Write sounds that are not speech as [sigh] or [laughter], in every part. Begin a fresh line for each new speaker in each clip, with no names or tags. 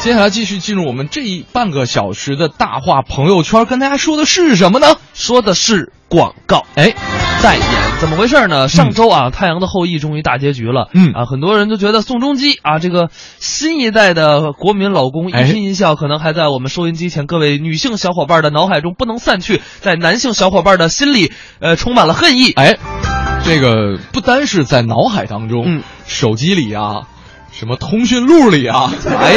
接下来继续进入我们这一半个小时的大话朋友圈，跟大家说的是什么呢？
说的是广告，
哎，
代言怎么回事呢？上周啊，太阳的后裔》终于大结局了，
嗯
啊，很多人都觉得宋仲基啊，这个新一代的国民老公，一
哎
颦一笑可能还在我们收音机前各位女性小伙伴的脑海中不能散去，在男性小伙伴的心里，呃，充满了恨意。
哎，这个不单是在脑海当中，
嗯
手机里啊，什么通讯录里啊，
哎，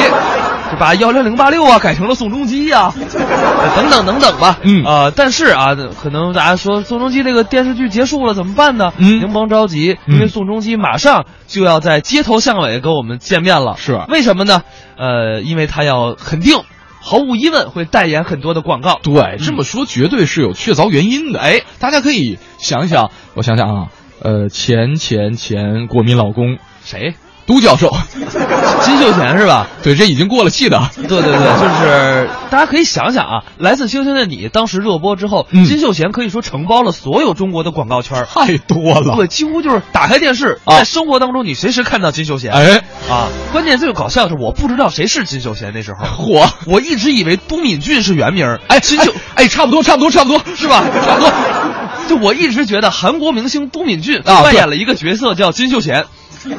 这把幺零零八六啊改成了宋仲基呀、等等等等吧。
嗯
啊、但是啊，可能大家说宋仲基这个电视剧结束了怎么办呢？
嗯
您甭着急，因为宋仲基马上就要在街头巷尾跟我们见面了。
是
为什么呢？呃，因为他要肯定，毫无疑问会代言很多的广告。
对，这么说绝对是有确凿原因的。哎，大家可以想想，我想想啊，呃，前前前国民老公
谁？
都教授， [laughs]
金秀贤是吧？
对，这已经过了气的。
对对对，就是大家可以想想啊，《来自星星的你》当时热播之后，
嗯
金秀贤可以说承包了所有中国的广告圈儿。
太多了
对，，几乎就是打开电视，
啊
在生活当中你随时看到金秀贤。
哎，
啊，关键最搞笑的是，我不知道谁是金秀贤那时候，
[laughs] 火，
我一直以为都敏俊是原名儿，
哎，
金秀、
哎，哎差不多，差不多，差不多，
是吧？差不多。 [laughs] 就我一直觉得韩国明星都敏俊
啊
扮演了一个角色叫金秀
[laughs]
贤，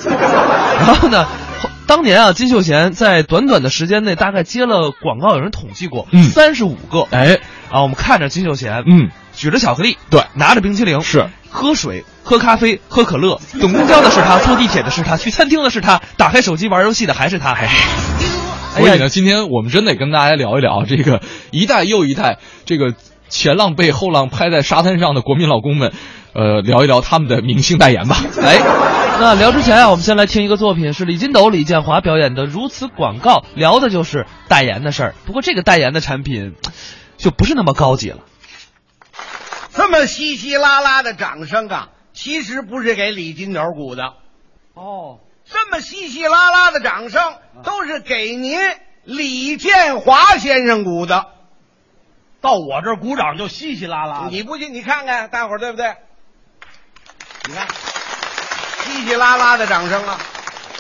然后呢。后当年啊，金秀贤在短短的时间内大概接了广告，有人统计过
嗯
三十五个。
哎，
啊，我们看着金秀贤，
嗯，
举着巧克力，
对
拿着冰淇淋，
是
喝水、喝咖啡、喝可乐，等公交的是他，坐地铁的是他，去餐厅的是他，打开手机玩游戏的还是他。哎，
所以呢，，今天我们真得跟大家聊一聊这个一代又一代这个前浪被后浪拍在沙滩上的国民老公们，呃，聊一聊他们的明星代 [laughs] 言吧。
哎，那聊之前啊，我们先来听一个作品，是李金斗、李建华表演的《如此广告》，聊的就是代言的事儿。不过这个代言的产品，就不是那么高级了。
这么稀稀拉拉的掌声啊，其实不是给李金斗鼓的，
哦，啊
这么稀稀拉拉的掌声都是给您李建华先生鼓的。
到我这儿鼓掌就稀稀拉拉的。
你不信，你看看大伙儿对不对？你看，稀稀拉拉的掌声啊！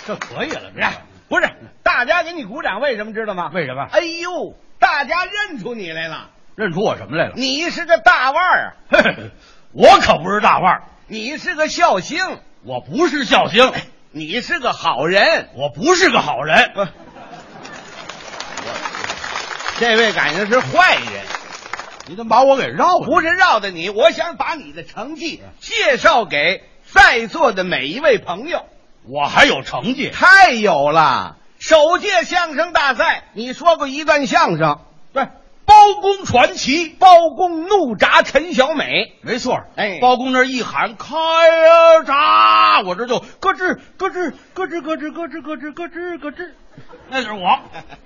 这可以了，这
哎不是，大家给你鼓掌，为什么知道吗？
为什么
哎呦，大家认出你来了，
认出我什么来了？
你是个大腕儿啊，
嘿嘿 [laughs] 我可不是大腕儿，
你是个孝星，
我不是孝星，
你是个好人。呃
我不是个好人。
不，这位感情是坏人，
你怎么把我给绕了？
不是绕的你。我想把你的成绩介绍给在座的每一位朋友。
我还有成绩，
太有了！首届相声大赛，你说过一段相声，
对，包公传奇，
包公怒铡陈小美。
没错儿。
哎
包公那儿一喊开呀闸，我这就咯吱咯吱咯吱咯吱咯吱咯吱咯吱咯吱，那就是 [laughs] 我。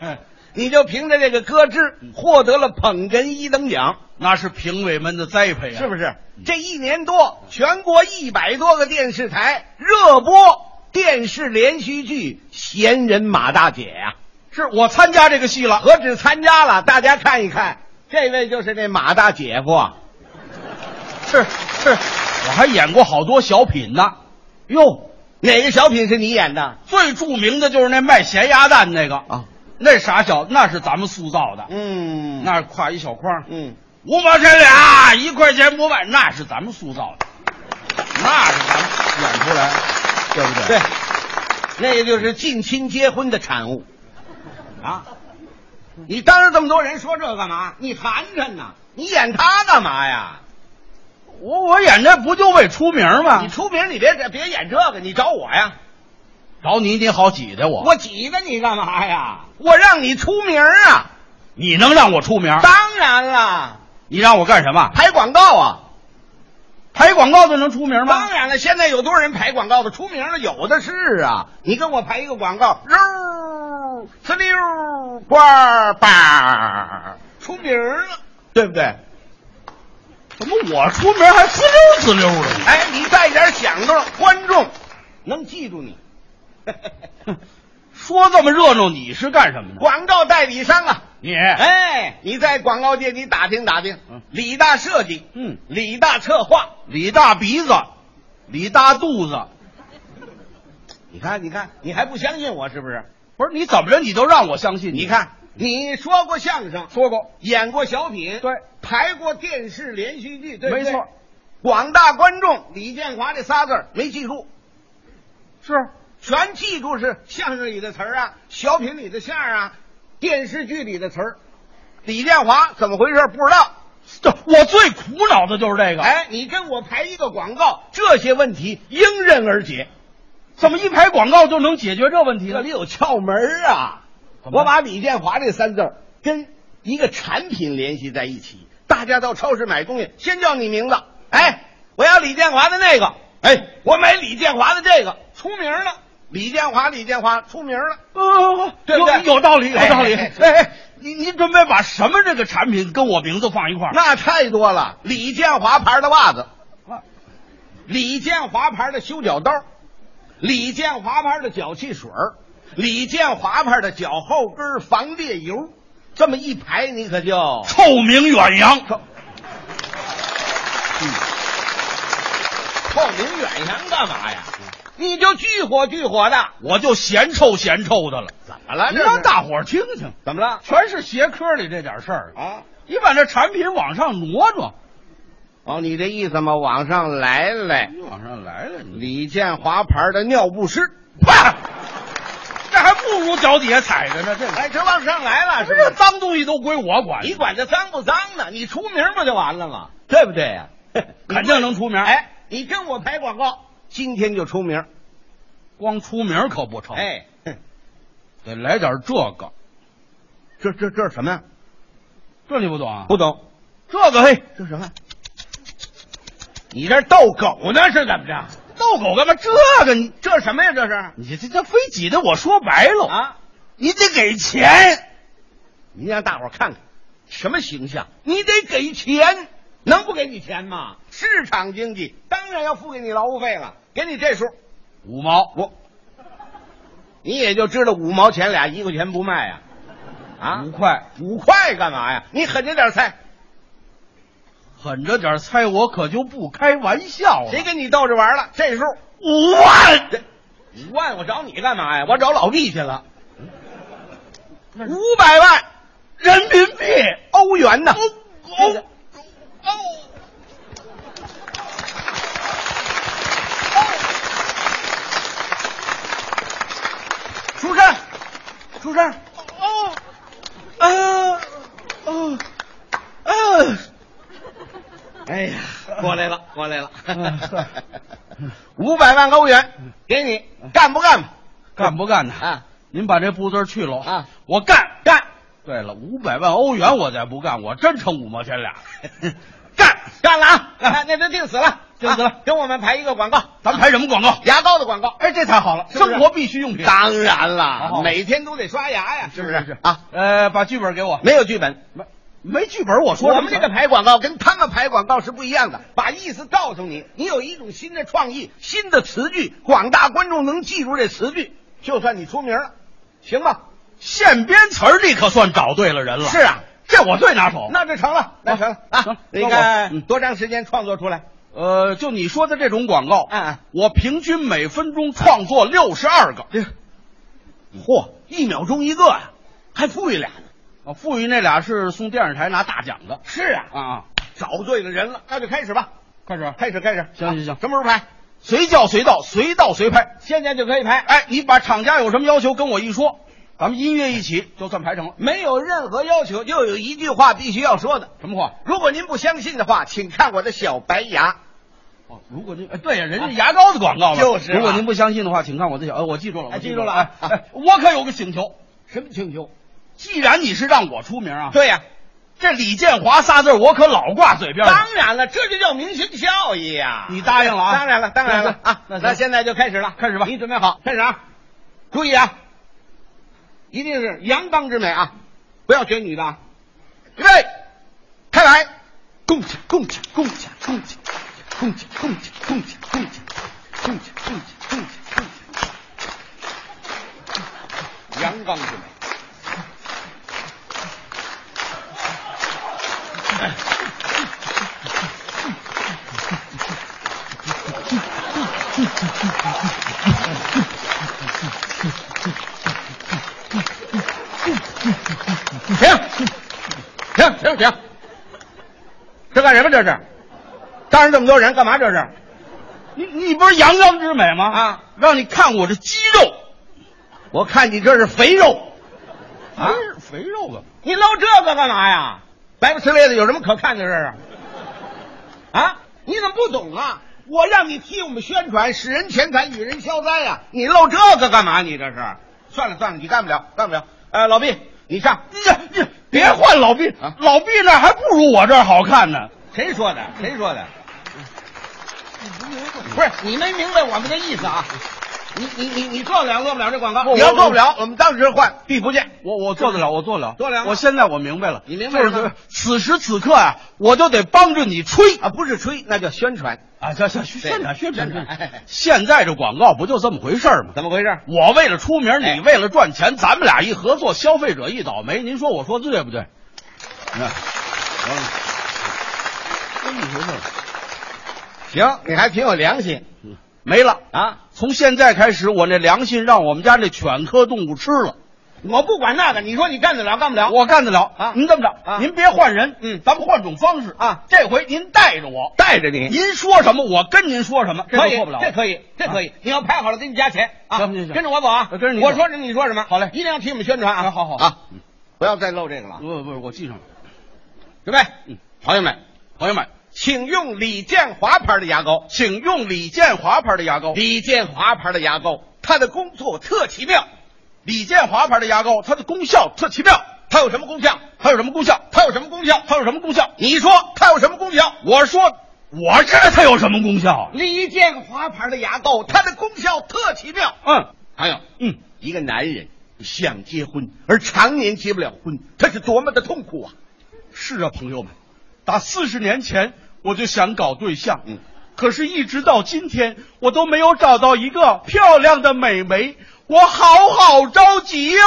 哎
你就凭着这个咯吱，获得了捧哏一等奖，
那是评委们的栽培啊，
是不是？这一年多，全国一百多个电视台热播电视连续剧《闲人马大姐》啊呀、
是我参加这个戏了，
何止参加了，大家看一看，这位就是那马大姐夫啊。
是是，我还演过好多小品呢。
哟，哪个小品是你演的？
最著名的就是那卖咸鸭蛋那个
啊，
那傻小那是咱们塑造的，
嗯
那是挎一小筐，
嗯，
五毛钱俩，一块钱不卖，那是咱们塑造的，那是咱们演出来，对不
对
对？，
那个就是近亲结婚的产物。
啊，
你当着这么多人说这干嘛？你寒碜呐！你演他干嘛呀？
我我演这不就为出名吗？
你出名，你别别演这个，你找我呀！
找你你好挤的我，
我挤得你干嘛呀？我让你出名啊！
你能让我出名？
当然了，
你让我干什么？
排广告啊！
拍广告就能出名吗
当？然了，现在有多少人排广告的，出名的有的是啊。你跟我排一个广告，肉呲溜呱吧，出名了，对不对？
怎么我出名还滋溜滋溜的？
哎，你带点响动，观众能记住你。
说这么热闹，你是干什么的？
广告代理商啊，
你
哎，你在广告界你打听打听
嗯，
李大设计，
嗯
李大策划，
李大鼻子，李大肚子，
你看，你看，你还不相信我是不是？
不是你怎么着你都让我相信
你看，你说过相声，
说过
演过小品，
对，
拍过电视连续剧，对不对
没错。
广大观众，李建华这仨字儿没记住，
是
全记住是相声里的词儿啊，小品里的相儿啊，电视剧里的词儿。李建华怎么回事不知道？
这我最苦恼的就是这个。，
哎，你跟我排一个广告，
这些问题迎刃而解，怎么一排广告就能解决这问题
这
呢
里？有窍门儿啊！
怎么
我把李建华这三字儿跟一个产品联系在一起。大家到超市买东西，先叫你名字，哎，我要李建华的那个，哎，我买李建华的这个，出名了。李建华，李建华出名了，
呃，
对不对
有有道理，有
哎
道理。
哎
哎
哎
哎，你你准备把什么这个产品跟我名字放一块儿？
那太多了。李建华牌的袜子，
啊
李建华牌的修脚刀，李建华牌的脚汽水儿李建华牌的脚后跟儿防裂油，这么一排，你可就
臭名远扬，
嗯臭名远扬干嘛呀？你就巨火巨火的，
我就嫌臭嫌臭的了。
怎么了
你
这
让
是
大伙儿听听，
怎么了
全是学科里这点事儿。
啊？
你把这产品往上挪挪，
哦，你这意思嘛，往上来来，
往上来了，你
李建华牌的尿不湿，
啪，这还不如脚底下踩着呢。这个
哎，这往上来了，
不
是
是这脏东西都归我管，
你管这脏不脏呢？你出名不就完了吗？对不对 [laughs] 呀、
肯定能出名。，
哎，你跟我拍广告，今天就出名。
光出名可不成，，
哎，
[laughs] 得来点这个，
这这这是什么呀？
这你不懂啊？
懂，
这个嘿，
这是什么？你这逗狗呢是怎么着？
逗狗干嘛？这个你
这什么呀？这是
你这这非挤得我说白了，
啊？
你得给钱，
您让大伙儿看看什么形象，你得给钱，能不给你钱吗？市场经济当然要付给你劳务费了，给你这数，
五毛，
我你也就知道五毛钱俩一块钱不卖呀、啊，
五块，
五块干嘛呀？你狠着点猜，
狠着点猜，我可就不开玩笑了。
谁跟你逗着玩了？这数
五万？
五万，我找你干嘛呀？我找老毕去了，五百万
人民币？
欧元呢？
哦哦
出声，出声。
哦，哎呀，哦，哎呀，
哎呀， [laughs] 过来了，过来了
嗯呵，
五百万欧元给你，干不干吧？
[laughs] 干不干呢？
啊，
您把这不字儿去了
啊！
我干。
干
对了，五百万欧元我再不干，我真成五毛钱
[laughs]
俩。
干干了啊！
干
[laughs] 那那就定死了，
定死了
啊跟我们排一个广告，
咱们拍什么广告？
牙膏的广告。
哎，这太好了，
是不是
生活必需用品。
当然
好
啦，
好
每天都得刷牙呀，是不
是
是
是
啊？
呃，把剧本给我。
没有剧本，
没没剧本，我说
我们这
什
个
么
排广告跟他们排广告是不一样的，把意思告诉你，你有一种新的创意、新的词句，广大观众能记住这词句，就算你出名了，行吧？
现编词儿，这可算找对了人了。
是，啊，
这我最拿手。
那就成了，那成了
行
啊！你
那我嗯
看多长时间创作出来？
呃，就你说的这种广告，
嗯嗯
我平均每分钟创作六十二个，
嚯，一秒钟一个呀，还富裕俩呢。
啊，富裕那俩是送电视台拿大奖的
是啊，
啊啊！
找对了人了，那就开始吧，
开始，
开始开始。
行行行
啊什么时候拍？
随叫随到，随到随拍。
现在就可以拍。
哎，你把厂家有什么要求跟我一说，咱们音乐一起就算排成了。
没有任何要求，就有一句话必须要说的。
什么话？
如果您不相信的话，请看我的小白牙。
哦，如果您哎对呀，人家牙膏的广告嘛，
就是嘛啊
如果您不相信的话，请看我的小，呃，我记住了，我
哎
记
记住了
哎
啊
哎，我可有个请求，
什么请求？
既然你是让我出名啊，
对呀、
这李建华仨字儿我可老挂嘴边上。
当然了，这就叫明星效益呀、
你答应了啊
当然了，当然了啊！
[laughs] 那行
那现在就开始了，
开始吧
你准备好，开始啊！注意啊，一定是阳刚之美啊，不要选女的啊！预备，开来！
共抢共抢共抢共抢共抢共抢共抢共抢共抢共抢共抢。
阳刚之美。停停停停！这干什么？这是？当着这么多人干嘛？这是？
你你不是阳刚之美吗？
啊，
让你看我这肌肉，
我看你这是肥肉，啊
啊，肥肉啊！
你捞这个干嘛呀？白不呲咧的，有什么可看的？这是？啊，你怎么不懂啊？我让你替我们宣传，使人钱财，与人消灾呀、你露这个干嘛？你这是？算了算了，你干不了，干不了。呃，老毕，你上，
你这你别换老毕，
啊
老毕那还不如我这儿好看呢。
谁说的？谁说的？不是你没明白我们的意思啊！你你你你做不了，做不了这广告。
我
你要做不了，我们当时换，必不见。
我我做得了，我做得了，
做得了吗
我现在我明白了，
你明白了吗
就是此时此刻啊，我就得帮着你吹
啊，不是吹，那叫宣传。
啊！行行，宣传
对
宣传
宣传
宣
哎
传。现在这广告不就这么回事儿吗？
怎么回事？
我为了出名，
哎
你为了赚钱，咱们俩一合作，消费者一倒霉。您说我说对不对？那，这么回事儿
行，你还挺有良心
没了。
嗯啊！
从现在开始，我那良心让我们家这犬科动物吃了，
我不管那个，你说你干得了，干不了？
我干得了
啊
您这么着，
啊
您别换人，
嗯
咱们换种方式
啊
这回您带着我，
带着你，
您说什么我跟您说什么，
可
这
以
个错不了，，
这可以，这可以。啊你要拍好了，给你加钱啊！
行行行
跟着我走啊！
呃跟着你走
我说什么你说什么。
好嘞
一定要替我们宣传啊！
好好好
啊！不要再露这个了，
不不，我记上了。
准备
嗯，
朋友们，
朋友们，
请用李建华牌的牙膏。
请用李建华牌的牙膏。
李建华牌的牙膏，它的工作特奇妙。
李建华牌的牙膏，它的功效特奇妙。
它有什么功效？
它有什么功效？
它有什么功效？
它有什么功效？
你说它有什么功效？
我说，我知道它有什么功效。
李建华牌的牙膏，它的功效特奇妙。
嗯
还有，
嗯，
一个男人想结婚而常年结不了婚，他是多么的痛苦啊！
是啊，朋友们，打四十年前我就想搞对象，
嗯，
可是一直到今天，我都没有找到一个漂亮的美眉，我好好着急哟、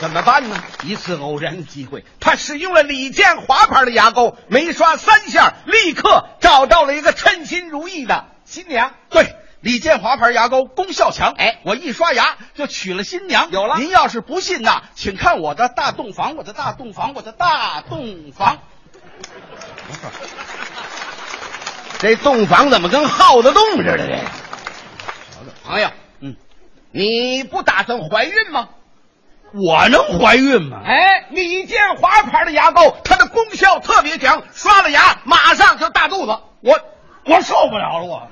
怎么办呢？一次偶然的机会，他使用了李建华牌的牙膏，没刷三下，立刻找到了一个称心如意的新娘。
对，李建华牌牙膏功效强，
哎
我一刷牙就娶了新娘。
有了
您要是不信呐，请看我的大洞房，我的大洞房，我的大洞房。
这洞房怎么跟耗子洞似的？这朋友，
嗯，
你不打算怀孕吗？
我能怀孕吗？
哎，李建华牌的牙膏，它的功效特别强，刷了牙马上就大肚子。我
我受不了了，我。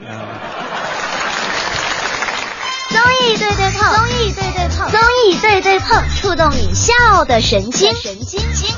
综艺对对碰，综艺对对碰，综艺对对碰，触动你笑的神经，神经经。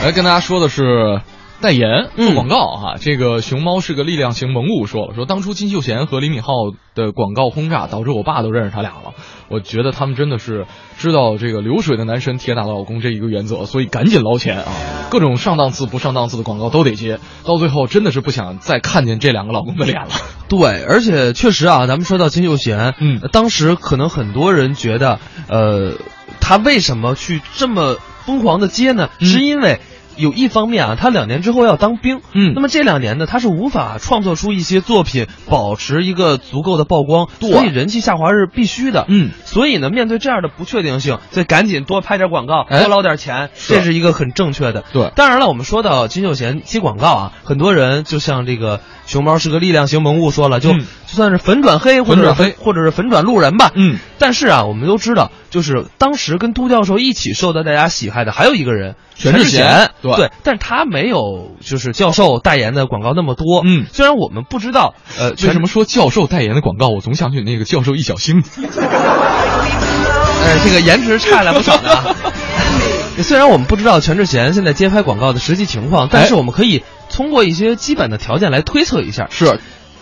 来哎跟大家说的是代言做广告哈、这个熊猫是个力量型萌物说了，说当初金秀贤和李敏镐的广告轰炸，导致我爸都认识他俩了。我觉得他们真的是知道这个流水的男神铁打的老公这一个原则，所以赶紧捞钱啊，各种上档次不上档次的广告都得接，到最后真的是不想再看见这两个老公的脸了。
对，而且确实啊，咱们说到金秀贤，
嗯
呃当时可能很多人觉得，呃，他为什么去这么疯狂的接呢？
嗯
是因为有一方面啊，他两年之后要当兵，
嗯
那么这两年呢，他是无法创作出一些作品，保持一个足够的曝光，所以人气下滑是必须的，
嗯
所以呢，面对这样的不确定性，所以赶紧多拍点广告，
哎
多捞点钱，
是
这是一个很正确的。
对
当然了，我们说到金秀贤接广告啊，很多人就像这个熊猫是个力量型萌物说了，就、
嗯
就算是粉转黑或者是
粉转黑
或者是粉转路人吧。
嗯，
但是啊，我们都知道，就是当时跟都教授一起受到大家喜爱的还有一个人，
全智
智
贤
贤。
对
但是他没有就是教授代言的广告那么多。
嗯
虽然我们不知道，呃，
为
[laughs]
什么说教授代言的广告，我总想起那个教授易小星。
呃，这个颜值差了不少呢。 [laughs] 虽然我们不知道全智贤现在接拍广告的实际情况，但是
哎
我们可以通过一些基本的条件来推测一下。
是，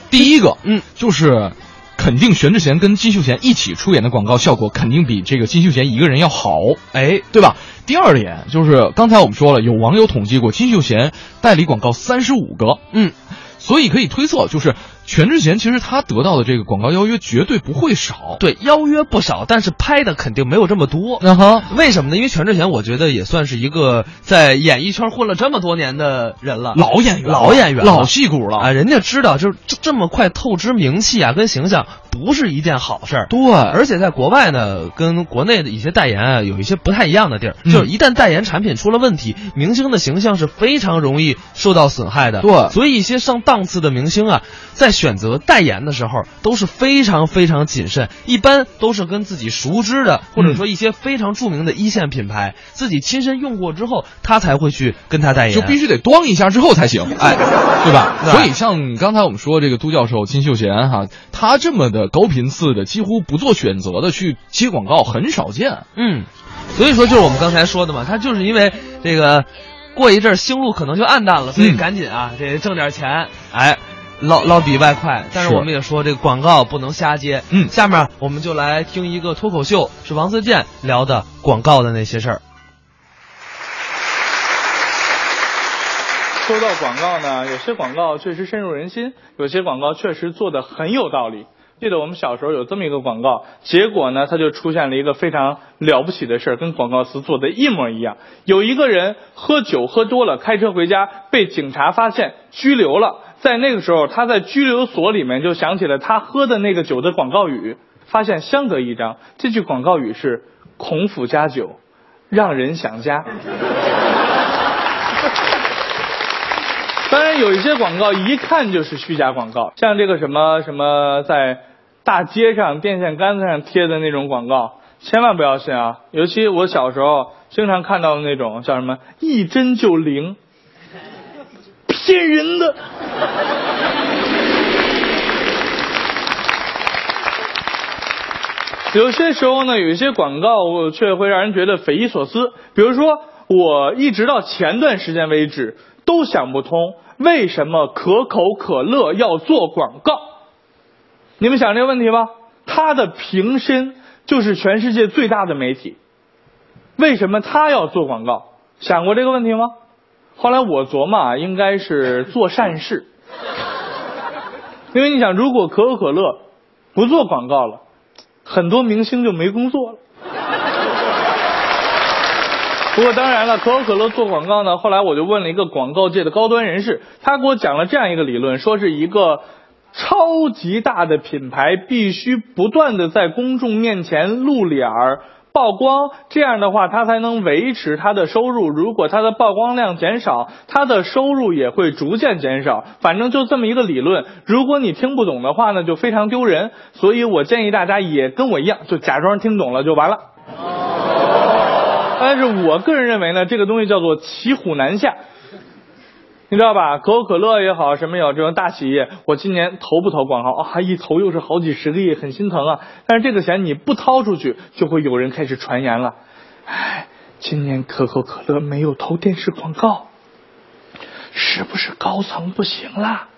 第一个，
嗯，
就是肯定全智贤跟金秀贤一起出演的广告效果肯定比这个金秀贤一个人要好，
哎，
对吧？第二点就是刚才我们说了，有网友统计过金秀贤代理广告三十五个，
嗯，
所以可以推测，就是全智贤其实他得到的这个广告邀约绝对不会少。，
对，邀约不少，但是拍的肯定没有这么多。
那哈，
为什么呢？因为全智贤，我觉得也算是一个在演艺圈混了这么多年的人了，
老演员了，
老演员了
老戏骨了。
啊，人家知道，就是这这么快透支名气啊，跟形象不是一件好事儿。
对，
而且在国外呢，跟国内的一些代言啊，有一些不太一样的地儿，
嗯
就是一旦代言产品出了问题，明星的形象是非常容易受到损害的。
对
所以一些上档次的明星啊，在选择代言的时候都是非常非常谨慎，一般都是跟自己熟知的，或
嗯
者说一些非常著名的一线品牌，自己亲身用过之后，他才会去跟他代言。
就必须得咣一下之后才
[laughs]
行，哎，对吧？
哎对
所以像刚才我们说这个都教授金秀贤哈，他这么的高频次的，几乎不做选择的去接广告很少见。
嗯，所以说就是我们刚才说的嘛，他就是因为这个过一阵儿星路可能就暗淡了，所以
嗯
赶紧啊，这挣点钱，哎，捞捞比外快。但是
是
我们也说这个广告不能瞎接。
嗯
下面我们就来听一个脱口秀，是王自健聊的广告的那些事儿。
说到广告呢，有些广告确实深入人心，有些广告确实做的很有道理。记得我们小时候有这么一个广告，结果呢，它就出现了一个非常了不起的事儿，跟广告词做的一模一样。有一个人喝酒喝多了，开车回家被警察发现拘留了，在那个时候，他在拘留所里面就想起了他喝的那个酒的广告语，发现相得益彰。这句广告语是“孔府家酒，让人想家”。当然，有一些广告一看就是虚假广告，像这个什么什么在大街上、电线杆子上贴的那种广告，千万不要信啊！尤其我小时候经常看到的那种叫什么“一针就灵”，骗人的。有些时候呢，有一些广告我却会让人觉得匪夷所思。比如说，我一直到前段时间为止都想不通，为什么可口可乐要做广告？你们想这个问题吗？它的瓶身就是全世界最大的媒体，为什么它要做广告？想过这个问题吗？后来我琢磨啊，应该是做善事。因为你想，如果可口可乐不做广告了，很多明星就没工作了。不过当然了，可口可乐做广告呢，后来我就问了一个广告界的高端人士，他给我讲了这样一个理论，说是一个超级大的品牌必须不断的在公众面前露脸儿。曝光，这样的话，它才能维持它的收入。如果它的曝光量减少，它的收入也会逐渐减少。反正就这么一个理论，如果你听不懂的话呢，就非常丢人。所以我建议大家也跟我一样，就假装听懂了就完了。但是我个人认为呢，这个东西叫做骑虎难下，你知道吧？可口可乐也好，什么也好，这种大企业，我今年投不投广告啊？一投又是好几十个亿，很心疼啊。但是这个钱你不掏出去，就会有人开始传言了，哎，今年可口可乐没有投电视广告，是不是高层不行啦？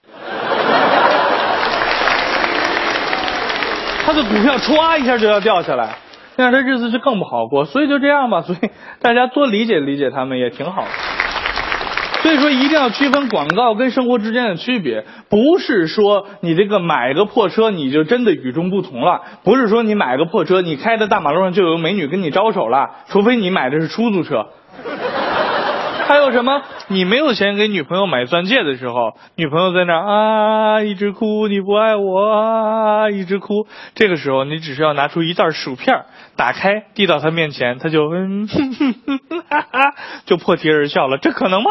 他的股票歘一下就要掉下来，那样他日子就更不好过。所以就这样吧，所以大家多理解理解他们也挺好的。所以说，一定要区分广告跟生活之间的区别，不是说你这个买个破车你就真的与众不同了，不是说你买个破车，你开在大马路上就有美女跟你招手了，除非你买的是出租车。 [laughs] 还有什么？你没有钱给女朋友买钻戒的时候，女朋友在那儿啊一直哭，你不爱我啊一直哭。这个时候，你只需要拿出一袋薯片儿，打开递到她面前，她就嗯 [laughs] 哼哼哼哼哈哈，就破涕而笑了。这可能吗？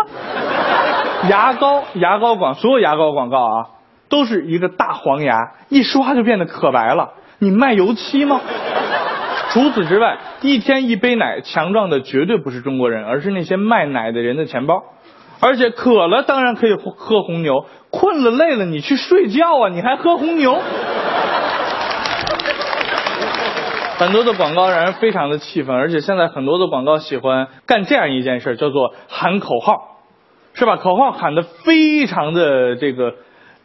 牙膏，牙膏广，所有牙膏广告啊，都是一个大黄牙，一刷就变得可白了。你卖油漆吗？除此之外，一天一杯奶，强壮的绝对不是中国人，而是那些卖奶的人的钱包。而且渴了当然可以喝喝红牛，困了累了你去睡觉啊，你还喝红牛？很多的广告让人非常的气愤，而且现在很多的广告喜欢干这样一件事儿，叫做喊口号，是吧？口号喊得非常的这个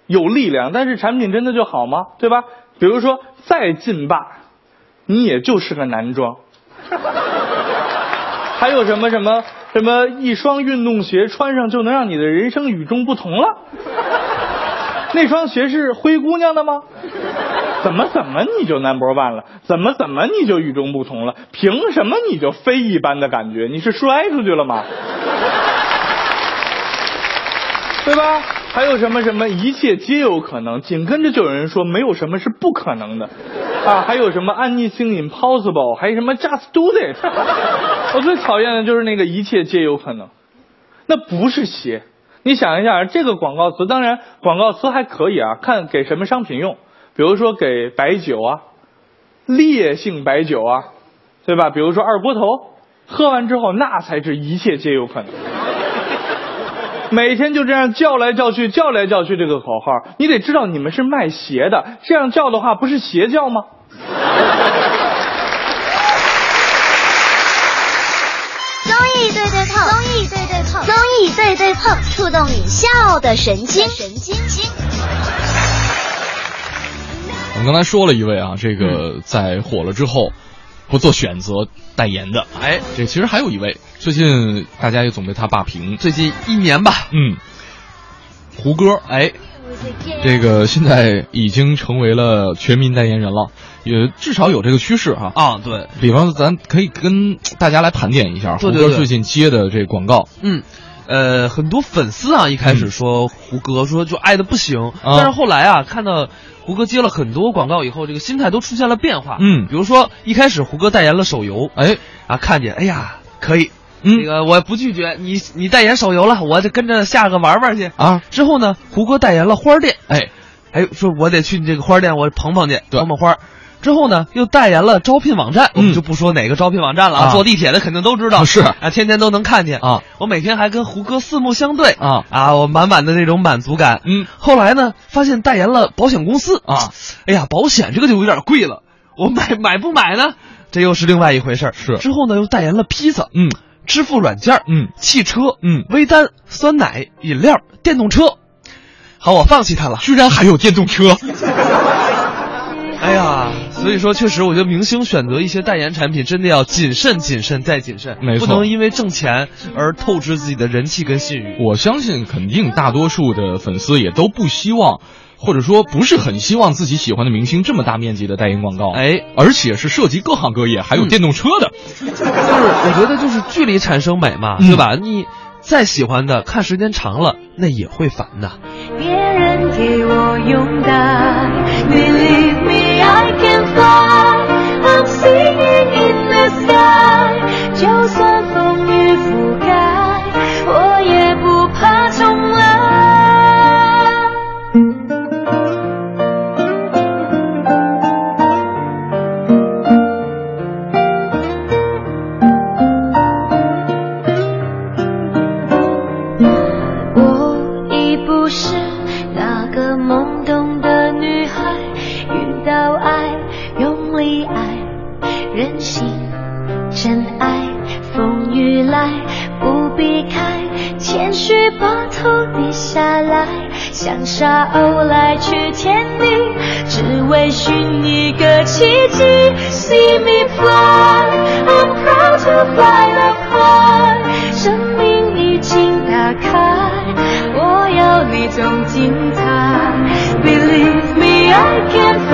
有力量，但是产品真的就好吗？对吧？比如说再劲霸，你也就是个男装。 [laughs] 还有什么什么什么一双运动鞋穿上就能让你的人生与众不同了？那双鞋是灰姑娘的吗？怎么怎么你就 number one 了？怎么怎么你就与众不同了？凭什么你就非一般的感觉？你是摔出去了吗？对吧？还有什么什么，一切皆有可能。紧跟着就有人说，没有什么是不可能的，啊，还有什么 anything impossible，还有什么 just do it。我最讨厌的就是那个一切皆有可能，那不是鞋。你想一下，这个广告词，当然广告词还可以啊，看给什么商品用，比如说给白酒啊，烈性白酒啊，对吧？比如说二锅头，喝完之后那才是一切皆有可能。每天就这样叫来叫去，叫来叫去这个口号，你得知道你们是卖鞋的，这样叫的话不是邪教吗？
综艺对对碰，综艺对对碰，综艺对对碰，触动你笑的神经，神经经。
我们刚才说了一位啊，这
嗯
个在火了之后不做选择代言的，哎，这其实还有一位，最近大家也总被他霸屏，
最近一年吧，
嗯，胡歌，哎，这个现在已经成为了全民代言人了，也至少有这个趋势哈、啊。
啊，对，
比方说，咱可以跟大家来盘点一下
对
胡
对
歌
对
最近接的这广告，
嗯。呃，很多粉丝啊，一开始说胡歌说就爱的不行，但是后来啊，看到胡歌接了很多广告以后，这个心态都出现了变化。
嗯
比如说一开始胡歌代言了手游，
哎，
啊，看见，哎呀，可以，
嗯
那个我不拒绝你，你代言手游了，我得跟着下个玩玩去
啊。
之后呢，胡歌代言了花儿店，
哎，
哎，说我得去你这个花儿店，我捧捧去，
对
捧捧花儿。之后呢，又代言了招聘网站，我
嗯
们就不说哪个招聘网站了
啊
坐地铁的肯定都知道，
是
啊，天天都能看见
啊。
我每天还跟胡歌四目相对
啊
啊，我满满的那种满足感。
嗯，
后来呢，发现代言了保险公司啊，哎呀，保险这个就有点贵了，我买买不买呢？这又是另外一回事儿。
是
之后呢，又代言了披萨，
嗯
支付软件，
嗯，
汽车，
嗯
微单、酸奶、饮料、电动车。好，我放弃它了。
居然还有电动车，
[laughs] 哎呀，所以说，确实，我觉得明星选择一些代言产品，真的要谨慎、谨慎再谨慎，
没错
不能因为挣钱而透支自己的人气跟信誉。
我相信肯定大多数的粉丝也都不希望，或者说不是很希望自己喜欢的明星这么大面积的代言广告，
哎，
而且是涉及各行各业，还有电动车的，
嗯就是我觉得就是距离产生美嘛，
嗯
对吧？你再喜欢的，看时间长了，那也会烦的。
别人给我拥戴，Believe me, I can fly. I'm singing in the sky，就算风雨覆盖，我也不怕重来。我已不是那个懵懂的女孩，遇到爱用力爱，任性真爱，风雨来不避开，谦虚把头低下来，像沙鸥来去天地，只为寻一个奇迹。See me fly, I'm proud to fly up high，生命已经打开，我要你种精彩。Believe me, I can